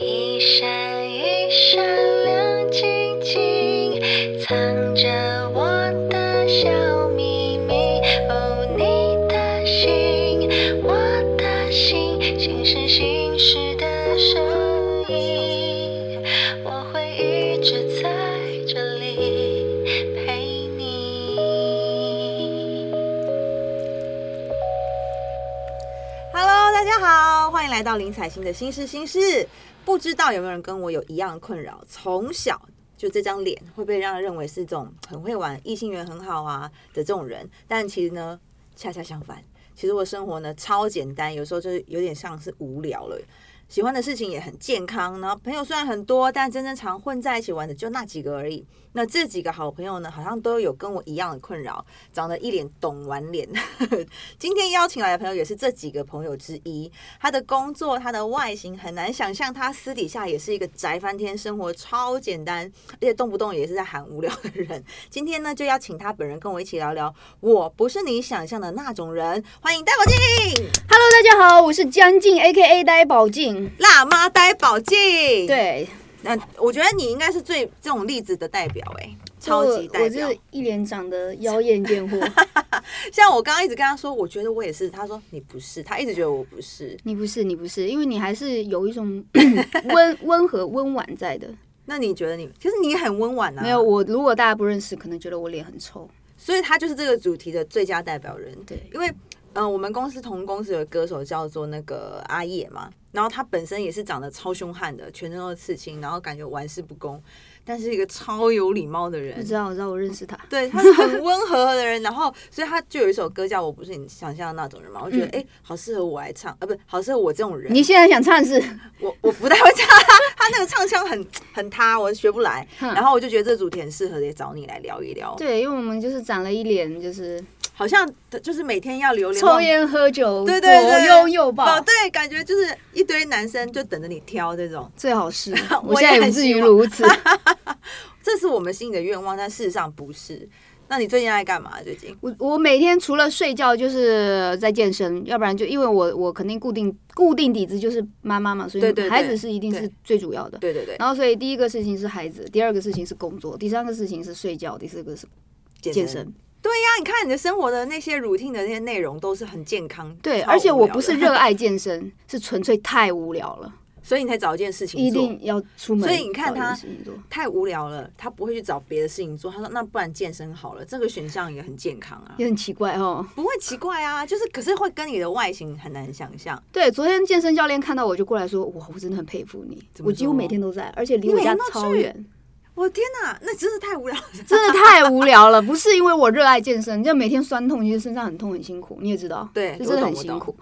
一闪一闪亮晶晶，藏着我的小秘密。哦，你的心，我的心，心是心事的声音，我会一直在这里陪你。 Hello，大家好，欢迎来到林采欣的心事心事。不知道有没有人跟我有一样的困扰？从小就这张脸会被让人认为是这种很会玩、异性缘很好啊的这种人，但其实呢，恰恰相反。其实我的生活呢超简单，有时候就是有点像是无聊了。喜欢的事情也很健康，然后朋友虽然很多，但真正常混在一起玩的就那几个而已。那这几个好朋友呢，好像都有跟我一样的困扰，长得一脸懂玩脸。今天邀请来的朋友也是这几个朋友之一，他的工作、他的外形很难想象，他私底下也是一个宅翻天，生活超简单，而且动不动也是在喊无聊的人。今天呢，就邀请他本人跟我一起聊聊，我不是你想象的那种人。欢迎戴宝静， Hello，大家好，我是江静 A K A 呆宝静。辣妈戴宝静。， 对，那我觉得你应该是最这种例子的代表、哎，超级我代我表这。一脸长得妖艳 贱货，像我刚刚一直跟他说，我觉得我也是，他说你不是，他一直觉得我不是。你不是你不是，因为你还是有 一种温温和温婉在的。那你觉得你其实你也很温婉啊，没有我，如果大家不认识，可能觉得我脸很臭。所以他就是这个主题的最佳代表人。对，因为嗯、呃我们公司同公司有个歌手叫做那个阿叶嘛，然后他本身也是长得超凶悍的，全身都是刺青，然后感觉玩世不恭，但是一个超有礼貌的我人知。道，我知道，我认识他。对，他是很温和的人，然后所以他就有一首歌叫《我不是你想象的那种人》嘛，我觉得哎、诶好适合我来唱，啊，不是好适合我这种人。嗯你现在想唱的是？我我不太会唱， 他那个唱腔很很塌，我学不来。哼然后我就觉得这主题很适合，也找你来聊一聊。对，因为我们就是长了一脸就是好像就是每天要流连忘抽烟喝酒，对对对，哦左拥右抱，对，感觉就是一堆男生就等着你挑这种，。最好是 我我也现在很不至希于望如此。这是我们心里的愿望，但事实上不是。那你最近在干嘛？最近我我每天除了睡觉就是在健身，要不然就因为我我肯定固定固定底子就是妈妈嘛，所对对以对孩子是一定是对最主要的。对对对，然后所以第一个事情是孩子，第二个事情是工作，第三个事情是睡觉，第四个是健身。对呀、你看你的生活的那些 routine 的那些内容都是很健康，对，超而且无我聊不是 的，热爱健身，是纯粹太无聊了，所以你才找一件事情做。一定要出门。所以你看他事情做，太无聊了，他不会去找别的事情做。他说：“那不然健身好了，这个选项也很健康啊，也很奇怪哦。不会奇怪啊。就是，可是会跟你的外形很难想象。对，昨天健身教练看到我就过来说：“哇，我真的很佩服你，怎么我几乎说每天都在，而且离你我每天家都超去远。”我天哪，那真是太无聊了。真的太无聊了，不是因为我热爱健身，就每天酸痛，其实身上很痛很辛苦，你也知道， 对就真的我懂很我辛懂苦。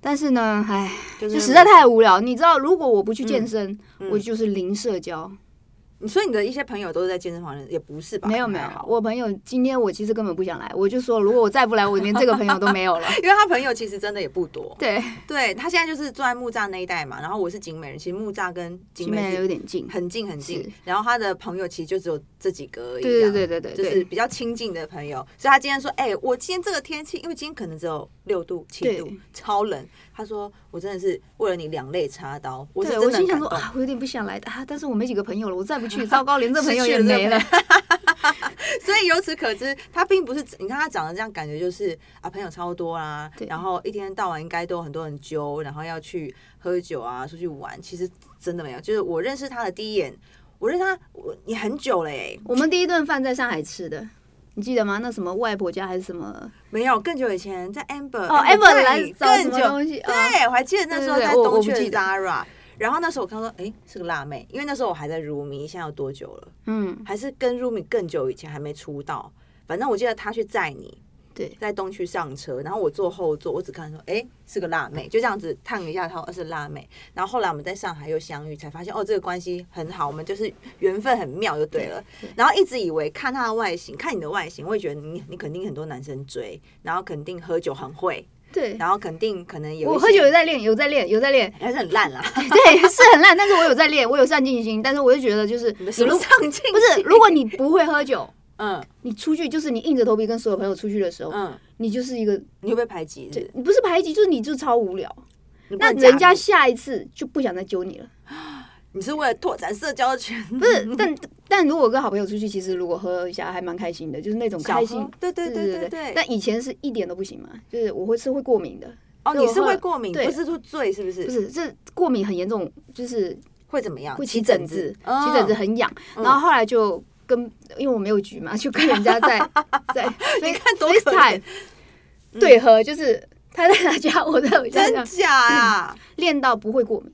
但是呢，唉，就就实在太无聊。你知道，如果我不去健身，嗯我就是零社交。你所以你的一些朋友都是在健身房认，也不是吧？没有没有啊还好，我朋友今天我其实根本不想来，我就说如果我再不来，我连这个朋友都没有 了。因为他朋友其实真的也不多。对，对他现在就是住在木栅那一带嘛，然后我是景美人，其实木栅跟景离美美有是点近。很近很近是，然后他的朋友其实就只有这几个而已。对对这样对对对就是对比较亲近的朋友，所以他今天说：“哎、我今天这个天气，因为今天可能只有六度、七度对，超冷。”他说：“我真的是为了你两肋插刀，我是对，真我的很心感想动说。啊，我有点不想来的啊，但是我没几个朋友了，我再不 去，糟糕，连这朋友失去也了这没了。所以由此可知，他并不是你看他长得这样，感觉就是啊朋友超多啦、对然后一天到晚应该都有很多人揪，然后要去喝酒啊，出去玩。其实真的没有，就是我认识他的第一眼，我认识他我也很久了耶，我们第一顿饭在上海吃的，你记得吗？那什么外婆家还是什么？没有更久以前在 Amber 哦 a m b 来找什更么久，东西？哦对，我还记得那时候对对对在我东我区不的记得 Zara。然后那时候我看到说，哎，是个辣妹，因为那时候我还在如迷，现在有多久了？嗯，还是跟如迷更久以前还没出道。反正我记得他去载你，对，在东区上车，然后我坐后座，我只看说，哎、是个辣妹，就这样子烫一下她，哦，是辣妹。然后后来我们在上海又相遇，才发现哦，这个关系很好，我们就是缘分很妙就对了。然后一直以为看她的外形，看你的外形，我也觉得你你肯定很多男生追，然后肯定喝酒很会，对。然后肯定可能有我一喝些酒有在练，有在练，有在 ，练还是很烂 啦，对，是很烂，但是我有在练，我有上进心，但是我就觉得就是， 什你么如上进不是，如果你不会喝酒，嗯你出去就是你硬着头皮跟所有朋友出去的时候，嗯，你就是一个，你会被排挤是不是，你不是排挤，就是你就超无聊。你不那能人加家入下一次就不想再揪你了。你是为了拓展社交圈，不嗯是，但但如果跟好朋友出去，其实如果喝一下还蛮开心的，就是那种小开喝心。对对对对对对但以前是一点都不行嘛，就是我会是会过敏的，哦，对你我是会会过敏，对不是说醉，是不是？不是这过敏很严重，就是会怎么样？会起啊起疹疹子子，，起疹子嗯。很痒。嗯然后后来就跟因为我没有局嘛，就跟人 家在在你看多可怜嗯 FaceTime 对喝，就是他在他家，我在我家这真样假啊？练到不会过敏。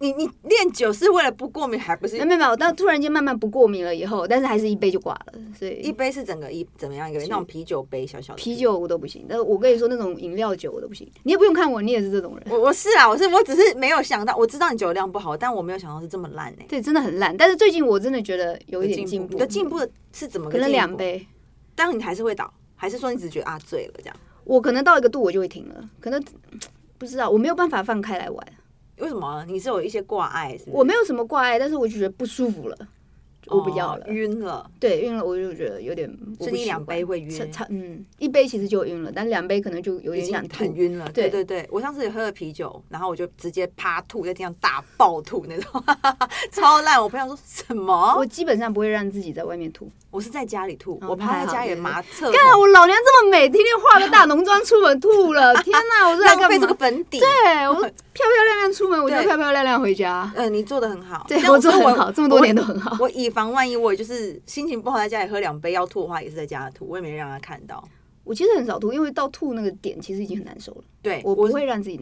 你你练酒是为了不过敏，还不是没有没有没有，但突然间慢慢不过敏了以后，但是还是一杯就挂了，所一以。杯是整个一怎么样一个杯是那种啤酒杯小小的啤，酒我都不行，但是我跟你说那种饮料酒我都不行。你也不用看我，你也是这种人，我我是啊，我是我只是没有想到，我知道你酒量不好，但我没有想到是这么烂哎、对，真的很烂。但是最近我真的觉得有一点进步，你的进步是怎么个可能进两步，杯，但你还是会倒，还是说你只觉得啊醉了这样？我可能到一个度我就会停了，可能不知道，我没有办法放开来玩。为什么啊、你是有一些挂碍？是不是我没有什么挂碍，但是我就觉得不舒服了，我不要了。哦晕了。对，晕了我就觉得有点，我所不以你喜两杯欢会晕差差嗯，一杯其实就晕了，但两杯可能就有已点经想很吐。晕了，对对对对，我上次也喝了啤酒，然后我就直接趴吐，在地上大爆吐那种， 超烂。我朋友说什么？我我基本上不会让自己在外面吐。我是在家里吐，哦我趴那还在好家里对对麻厕所，干，我老娘这么美，天天化个大浓妆出门吐了，天 哪，我是来浪干费这嘛个？粉底。 对，我漂漂亮亮出门，我就对漂漂亮亮回家。嗯、你做的很好，对但我做得说很好这么多年都很好我以防万一，我就是心情不好，在家里喝两杯要吐的话，也是在家吐，我也没让他看到。我其实很少吐，因为到吐那个点其实已经很难受了，对，我不是会让自己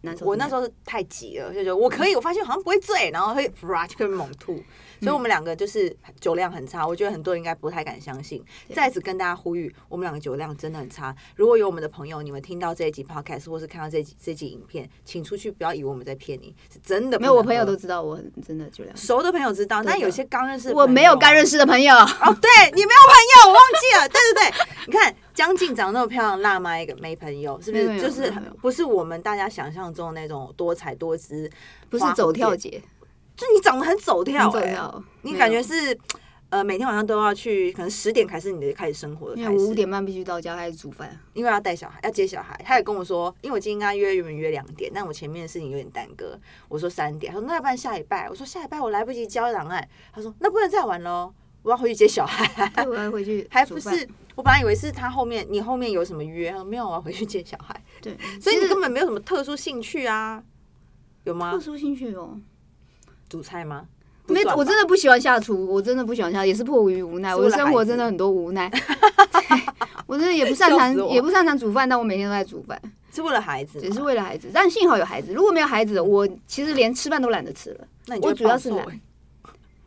难受。我那时候太急了，就觉得我可以，我发现好像不会醉，然后会啪就会猛吐，所以我们两个就是酒量很差，我觉得很多人应该不太敢相信。在此跟大家呼吁，我们两个酒量真的很差。如果有我们的朋友，你们听到这一集 podcast 或是看到这一集这一集影片，请出去不要以为我们在骗你，是真的嗯不能没有，喝。我朋友都知道我很真的酒量。熟的朋友知道，对但的有些刚认识的啊我没有刚认识。识的朋友，哦，对你没有朋友，我忘记了。对对 对，你看江静长那么漂亮，辣妈一个没朋友，是不没是？有就是没有没有不是我们大家想象中的那种多彩多姿，不 是花蝴走蝶跳姐，就你长得很走跳、很欸，走跳。你没感有觉是呃每天晚上都要去，可能十点开始你的开始生活的因开为我五始，点半必须到家开始煮饭， 因为要带小孩，要接小孩。他也跟我说，因为我今天跟他约原本约两点，但我前面的事情有点耽搁，我说三点，他说那要不然下礼拜，我说下礼拜我来不及交档案，他说那不能再晚喽，我要回去接小孩。对，我要回去还煮不饭是，我本来以为是他后面你后面有什么约，他啊说没有，我要回去接小孩，对，所以你其实根本没有什么特殊兴趣啊，有吗特？殊兴趣哦。煮菜吗？不没，算我吧真的不喜欢下厨，我真的不喜欢下，也是迫于无奈。是我为的了生孩活子真的很多 无奈， 对我真的也不擅笑长死，我也不擅长煮饭，但我每天都在煮饭，是为了孩子吗，只是为了孩子。但幸好有孩子，如果没有孩子，我其实连吃饭都懒得吃了，那你就我会主要暴是瘦懒欸，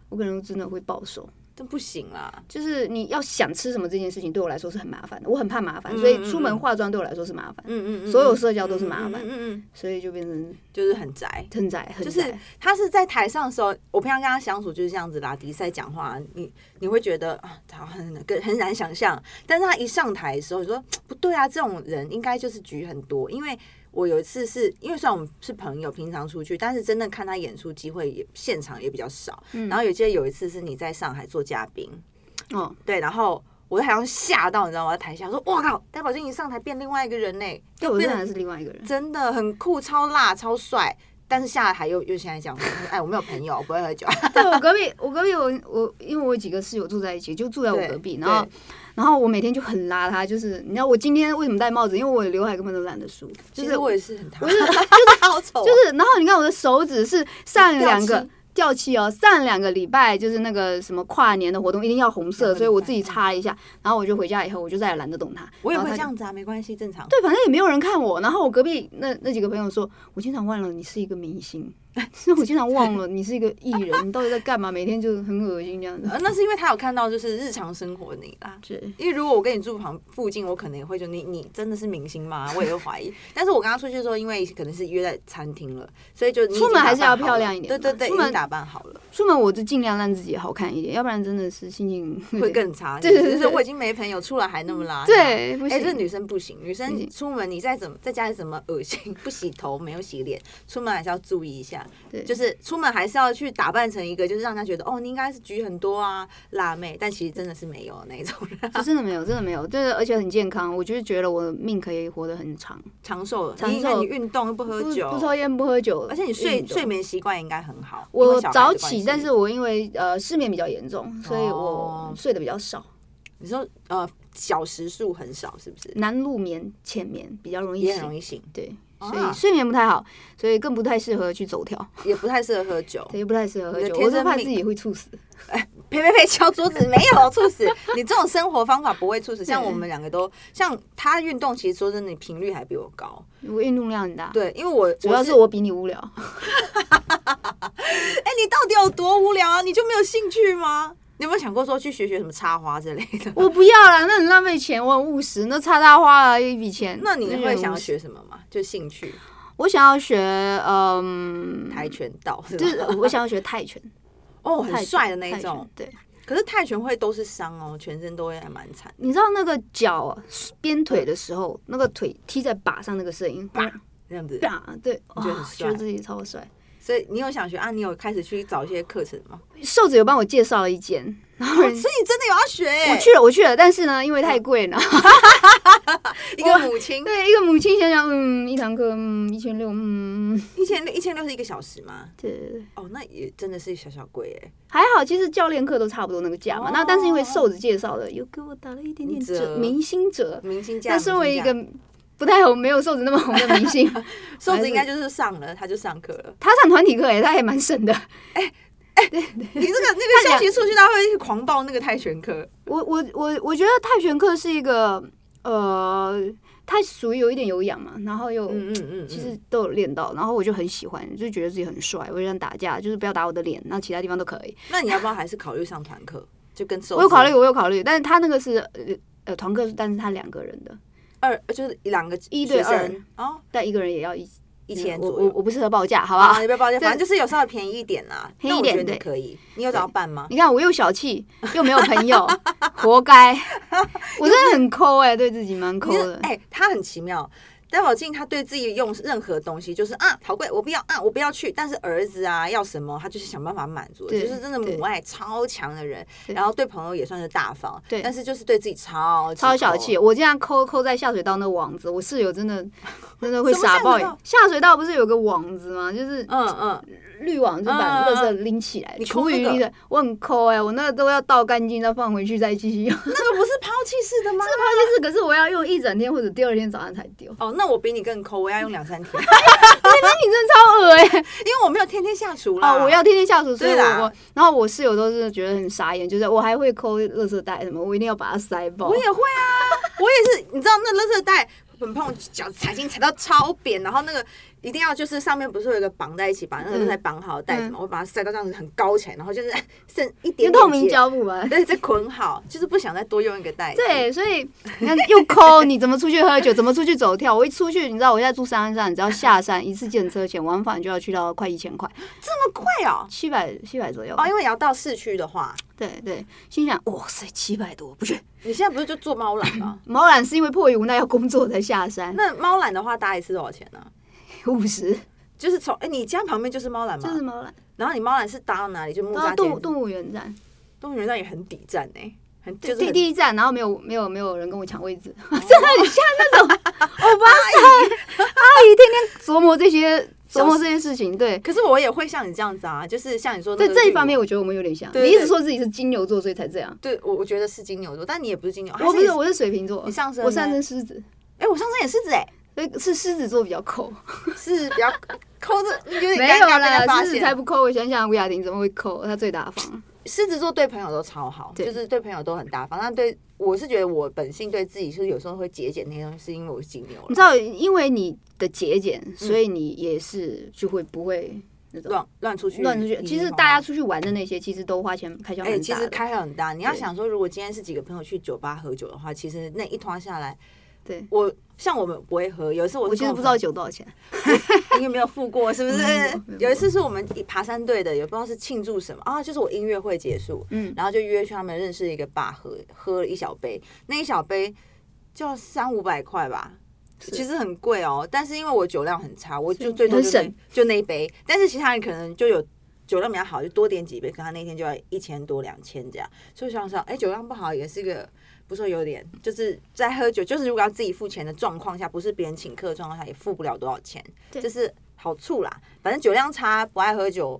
我可能真的会暴瘦。这不行啦。就是你要想吃什么这件事情，对我来说是很麻烦的，我很怕麻烦，嗯所以嗯出嗯门化妆对我来说是麻烦，嗯嗯嗯，所有嗯社交都是麻嗯烦嗯嗯嗯，所以就变成就是很宅。很窄，很就是窄。他是在台上的时候，我平常跟他相处就是这样子啦，迪赛讲话，你你会觉得啊，他很跟很难想象。但是他一上台的时候，你说不对啊，这种人应该就是局很多。因为我有一次是因为虽然我们是朋友，平常出去，但是真的看他演出机会也现场也比较少。嗯然后有记得有一次是你在上海做嘉宾，哦，对，然后我在台上吓到，你知道吗？在台下说，哇靠，戴宝金一上台变另外一个人呢、对我真变的是另外一个人。真的很酷，超辣，超帅。但是下来又又现在这样子，哎，我没有朋友，我不会喝酒。对我隔壁，我隔壁有我，因为我有几个室友住在一起，就住在我 对隔壁，对然后。然后我每天就很邋遢，就是你知道我今天为什么戴帽子？因为我的刘海根本都懒得梳，其就是实就我也是很 讨厌，就是好丑哦， 是，然后你看我的手指是上两掉个掉漆哦，上两个礼拜就是那个什么跨年的活动一定要红两个色，礼所以我拜自己擦一下，然后我就回家以后我就再也懒得动它。我也然后会它这就样子啊，没关系，正常。对，反正也没有人看我。然后我隔壁那那几个朋友说，我经常忘了你是一个明星， 所以我经常忘了你是一个艺人，你到底在干嘛？每天就很恶心这 样子。啊呃，那是因为他有看到就是日常生活你啦。是，因为如果我跟你住旁附近，我可能也会觉得你你真的是明星吗？我也会怀疑。 但是我跟他出去的时候，因为可能是约在餐厅了，所以就你已经出门还是打扮好要漂了亮一点对嘛对对，出已经门打扮好了出门我就尽量让自己好看一点，要不然真的是心情会更差。对对对就是我已经没朋友，出来还那么邋遢。对，不哎、行。这女生不行，女不生 行出门你再怎么在家里怎么恶心，不洗头没有洗脸，出门还是要注意一下。下，对，就是出门还是要去打扮成一个，就是让他觉得哦，你应该是举很多啊，辣妹，但其实真的是没有的那一种人，是真的没有，真的没有，就是而且很健康，我就是觉得我的命可以活得很长，长寿了。长你看寿你运动又不喝不酒，不抽烟不喝酒，而且你睡运动睡眠习惯应该很好。因为我小孩早的关起，系但是我因为呃失眠比较严重，所以哦我睡得比较少，你说呃小时数很少，是不是？难入眠、浅眠比较容易也很容醒，易醒，对，啊所以睡眠不太好，所以更不太适合去走跳，也不太适合喝酒。对，也不太适合喝你的酒，天我是生怕自命己会猝死。呸呸呸！敲桌子没有猝 死，你这种生活方法不会猝死。像我们两个都，像他运动，其实说真的，你频率还比我高。我运动量很大，，对，因为我主要是，我比你无聊， 哎、你到底有多无聊啊？你就没有兴趣吗？你有没有想过说去学学什么插花之类的？我不要了，那很浪费钱，我很务实，那差大花了一笔钱。那你很会务想要实？学什么吗？就兴趣我想要学，嗯，跆拳道是吧？ 就是我想要学泰拳，哦，很泰拳帅的那泰一拳种。对，可是泰拳会都是伤哦，全身都会还蛮惨。你知道那个脚啊鞭腿的时候，那个腿踢在靶上那个声音，啪这样子，啪，对，啊你觉哇得很，帅觉得自己超帅。所以你有想学啊？你有开始去找一些课程吗？哦瘦子有帮我介绍了一间，然后人所以你真的有要学、欸？我去了，我去了，但是呢，因为太嗯贵了。一个母亲，对，一个母亲想想，嗯，一堂课，嗯，一千六，嗯，一千六一千六是一个小时吗？对对对。哦，那也真的是小小贵哎，还好，其实教练课都差不多那个价嘛。哦那但是因为瘦子介绍的，有给我打了一点点折折，明星折。明星价。但身为一明星个不太红、没有瘦子那么红的明星，价瘦子，应该就是上了，他就上课 了。他上团体课也，他也蛮省的。 你这个那个消息出去，他会狂报那个泰拳课。我我我我觉得泰拳课是一个呃，它属于有一点有氧嘛，然后又。嗯嗯嗯，嗯其实都有练到，然后我就很喜欢，就觉得自己很帅。我就想打架，就是不要打我的脸，那其他地方都可以。那你要不要还是考虑上团课？就跟瘦子我有考虑，我有考虑，但是他那个是呃呃团课，但是他两个人的，二，就是两个一对学生哦，但一个人也要一一千我左我右。我不适合报价，好不好啊，？你不要抱歉，这反正就是有稍微便宜一点啦。便宜一那我点觉得你对可以。你有找到伴吗？你看我又小气，又没有 朋友，活该。我真的很抠哎、对自己蛮抠你是的。哎、他很奇妙。戴宝静他对自己用任何东西，就是啊，好贵，我不要啊，我不要去。但是儿子啊，要什么，他就是想办法满足，就对是真的对母爱超强的人。对然后对朋友也算是大方，对但是就是对自己超级超小抠气，。我竟然抠抠在下水道那网子，我室友 真的真的会什么傻下爆水眼道。下水道不是有个网子吗？就是嗯 嗯，滤网，就把嗯嗯嗯垃圾拎起来，你抠厨那余个拎的。我很抠哎、我那个都要倒干净再放回去再继续 用。那个不是抛弃式的吗？但是可是我要用一整天或者第二天早上才丢。哦，那我比你更抠，我要用两三天， 那你真的超恶哎、因为我没有天天下厨啦。哦，我要天天下厨，所以啊对我啦我，然后我室友都是觉得很傻眼，就是我还会抠垃圾袋什么，我一定要把它塞爆。我也会啊，我也是，你知道那垃圾袋很碰，脚踩进踩到超扁，然后那个一定要就是上面不是有一个绑在一起，把那个嗯垃圾袋绑好的袋子嘛，我把它塞到这样子很高起来，然后就是 剩一点点用透明结，胶布吧。对，再捆好，就是不想再多用一个袋子。，对，所以你看又抠，你怎么出去喝酒？怎么出去走跳？我一出去，你知道我现在住山上，你知道下山一次检车钱往返就要去到快一千块，这么贵哦、七百七百左右。哦，因为你要到市区的话，对对，心想哇塞，七百多不去。你现在不是就做猫缆吗？毛懒是因为迫于无奈要工作才下山，那猫缆的话，搭一次多少钱呢、五十就是从哎、你家旁边就是猫缆就是吗？毛懒。然后你猫缆是搭到哪里？就木然栅后动街、动物园站，动物园站也很抵站哎、很就是第很第一站，然后没有没有没有人跟我抢位置，真的很像那种欧巴桑阿姨天天琢磨这些琢磨这些事情，对。可是我也会像你这样子啊，就是像你说那个在这一绿方面，网，我觉得我们有点像。对对你一直对说自己是金牛座，所以才这样。对我我觉得是金牛座，但你也不是金牛，还我不你是，我是水瓶座。你上升我呢上升狮子，哎、我上身也狮子哎、所以是狮子座比较抠。 是比较抠着，有点没尴有尬被他啦，发狮子才现。不抠。我想想，吴雅婷怎么会抠？她最大方。狮子座对朋友都超好，对就是对朋友都很大方，但对我是觉得我本性对自己是有时候会节俭那些东西，是因为我是金牛了你知。道，因为你的节俭，嗯所以你也是就会不会那种乱乱出去，乱出去。其实大家。出去玩的那些，其实都花钱开销哎、蛮其大实的。开销很大。你要对想说，如果今天是几个朋友去酒吧喝酒的话，其实那一团下来，对，我像我们不会喝，有一次我我是其跟实我不知朋友道酒多少钱。你有没有付过？是不是没有没有没？有有一次是我们爬山队的，也不知道是庆祝什么啊，就是我音乐会结束，嗯，然后就约去他们认识一个爸喝，喝了一小杯，那一小杯就要三五百块吧，其实很贵哦，但是因为我酒量很差，我就最多很就省那就那一杯，但是其他人可能就有酒量比较好，就多点几杯，可他那天就要一千多两千这样，所以想想，哎、酒量不好也是个不说有点，就是在喝酒，就是如果要自己付钱的状况下，不是别人请客的状况下，也付不了多少钱，对这是好处啦。反正酒量差，不爱喝酒。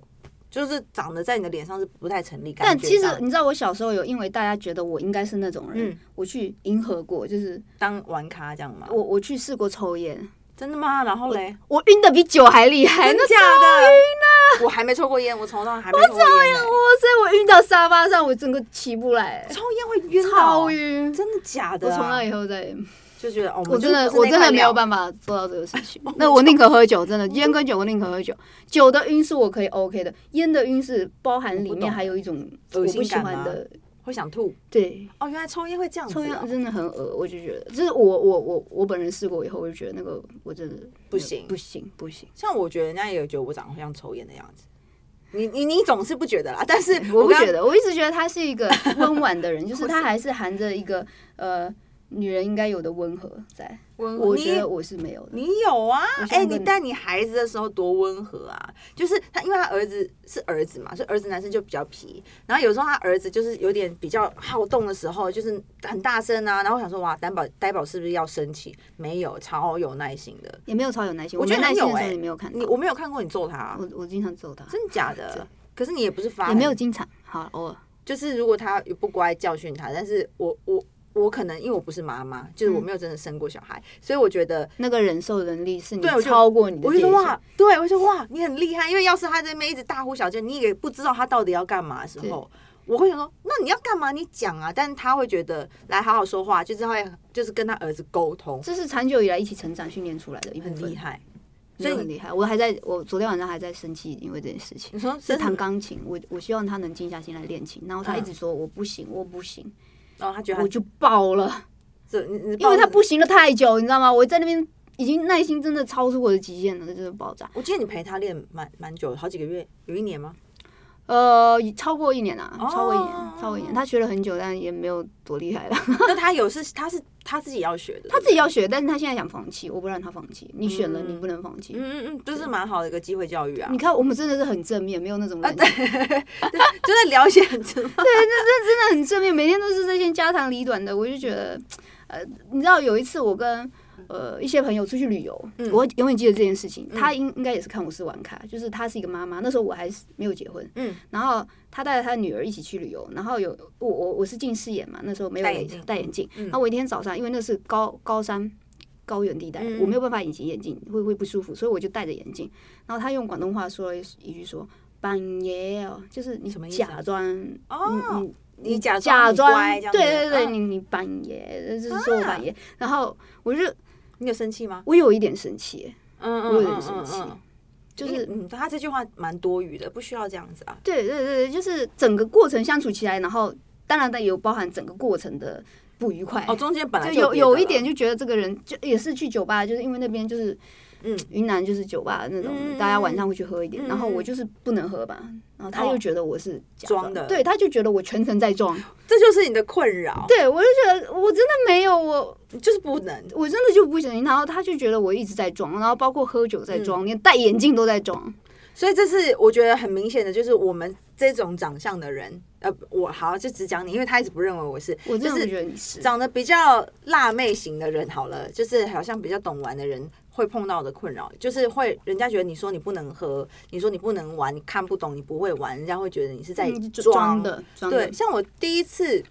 就是长得在你的脸上是不太成立，但感觉其实上你知道，我小时候有因为大家觉得我应该是那种人，嗯我去迎合过，就是当玩咖这样吗？我我去试过抽烟，真的吗？然后嘞，我晕的比酒还厉害，真哎那假的？我还没抽过烟，我从头到尾还没抽过烟呢、哇塞，我晕到沙发上，我整个起不来，抽烟会晕倒超晕。哦真的假的、我啊？从那以后再，就觉得哦，我们就真的不是我那真块的没有料办法做到这个事 情。那我宁可喝酒，真的烟跟酒我宁可喝酒。酒的晕是我可以 OK 的，烟的晕是包含里我不懂面还有一种我恶不心喜感吗欢的，会想吐。对，哦，原来抽烟会这样子、抽啊烟，真的很恶，我就觉得，就是我我我我本人试过以后，我就觉得那个我真的不行不行不行。像我觉得人家也有觉得我长得会像抽烟的样子。你你你总是不觉得啦，但是 我不刚觉，得，我一直觉得他 是一个温婉的人，就是我他是还是含着一个呃女人应该有的温和在。温我你觉得我是没有的，你有啊我？像哎、一个你带你孩子的时候多温和啊！就是他，因为他儿子是儿子嘛，所以儿子男生就比较皮。然后有时候他儿子就是有点比较好动的时候，就是很大声啊。然后我想说，哇，担保担保是不是要生气？没有，超有耐心的。也没有超有耐心。我我觉得没耐很心有的时哎、候，你没有看到你我没有看过你揍他、啊，我我经常揍他，真的假欸的？可是你也不是发也狠，没有经常，好偶尔。就是如果他不乖教训他，但是我我我可能因为我不是妈妈，就是嗯我没有真的生过小孩，所以我觉得。那个忍受能力是你对我就超过你的我界就限说。哇，对我就说哇，你很厉害，因为要是他在那边一直大呼小叫，你也不知道他到底要干嘛的时候，我会想说，那你要干嘛？你讲啊！但他会觉得来好好说话，就是会就是跟他儿子沟通，这是长久以来一起成长训练出来的一部很分厉，害。所所以以很厉害。我还在我昨天晚上还在生气，因为这件事情你。说是弹堂，钢琴，我我希望他能静下心来练琴，然后他一嗯啊直说我不行，我不行，然哦后他觉得我他就爆了。这，你你因为抱他着不，行了太久，你知道吗？我在那边已经耐心真的超出我的极限了，真的爆炸。我记得你陪他练蛮蛮久的，好几个月，有一年吗？ 呃，超过一年啊，哦超过一年，超过一年。他学了很久，但也没有多厉害了。那他有是他是他自己要学的，他对不自己对要学，但是他现在想放弃，我不让他放弃。你选了，嗯你不能放弃。嗯嗯嗯，这是蛮好的一个机会教育啊你。看，我们真的是很正面，没有那啊种冷，真就在聊一些很真的，的很正面，每天都是这些家长里短的。我就觉得，呃，你知道有一次我跟呃一些朋友出去旅游，嗯我永远记得这件事情。嗯他应应该也是看我是玩咖，就是他是一个妈妈，那时候我还是没有结婚，嗯，然后他带着他女儿一起去旅游，然后有我我我是近视眼嘛，那时候没有戴眼镜戴眼镜，嗯然后我一天早上因为那是高高山高原地带，嗯我没有办法隐形眼镜会会不舒服，所以我就戴着眼镜。然后他用广东话说了一一句说“半夜哦”，就是你什么意思啊假装哦你你假装假你装乖这样子啊对对对，嗯你你半夜就是说我半夜，然后我就你有生气吗？我有一点生气，嗯我有点生气就就是是嗯，他这句话蛮多余的，不需要这样子啊。对对对，对就是整个过程相处起来，然后当然它也有包含整个过程的不愉快。哦，中间本来就就有别的有一了点，就觉得这个人就也是去酒吧，就是因为那边就是嗯，云南就是酒吧那种，嗯大家晚上会去喝一点，嗯然后我就是不能喝吧，然后他哦又觉得我是假装的哦对，他就觉得我全程在装，这就是你的困扰，对我就觉得我真的没有我对，就是不能。我真的就不行，然后他就觉得我一直在装，然后包括喝酒在嗯装，连戴眼镜都在装，所以这是我觉得很明显的，就是我们这种长相的人，呃，我好就只讲你，因为他一直不认为我是，我真就的不是觉得你是，长得比较辣妹型的人，好了，就是好像比较懂玩的人会碰到的困扰，就是会人家觉得你说你不能喝，你说你不能玩，你看不懂，你不会玩，人家会觉得你是在嗯就装装。的装的对，，像我第一次，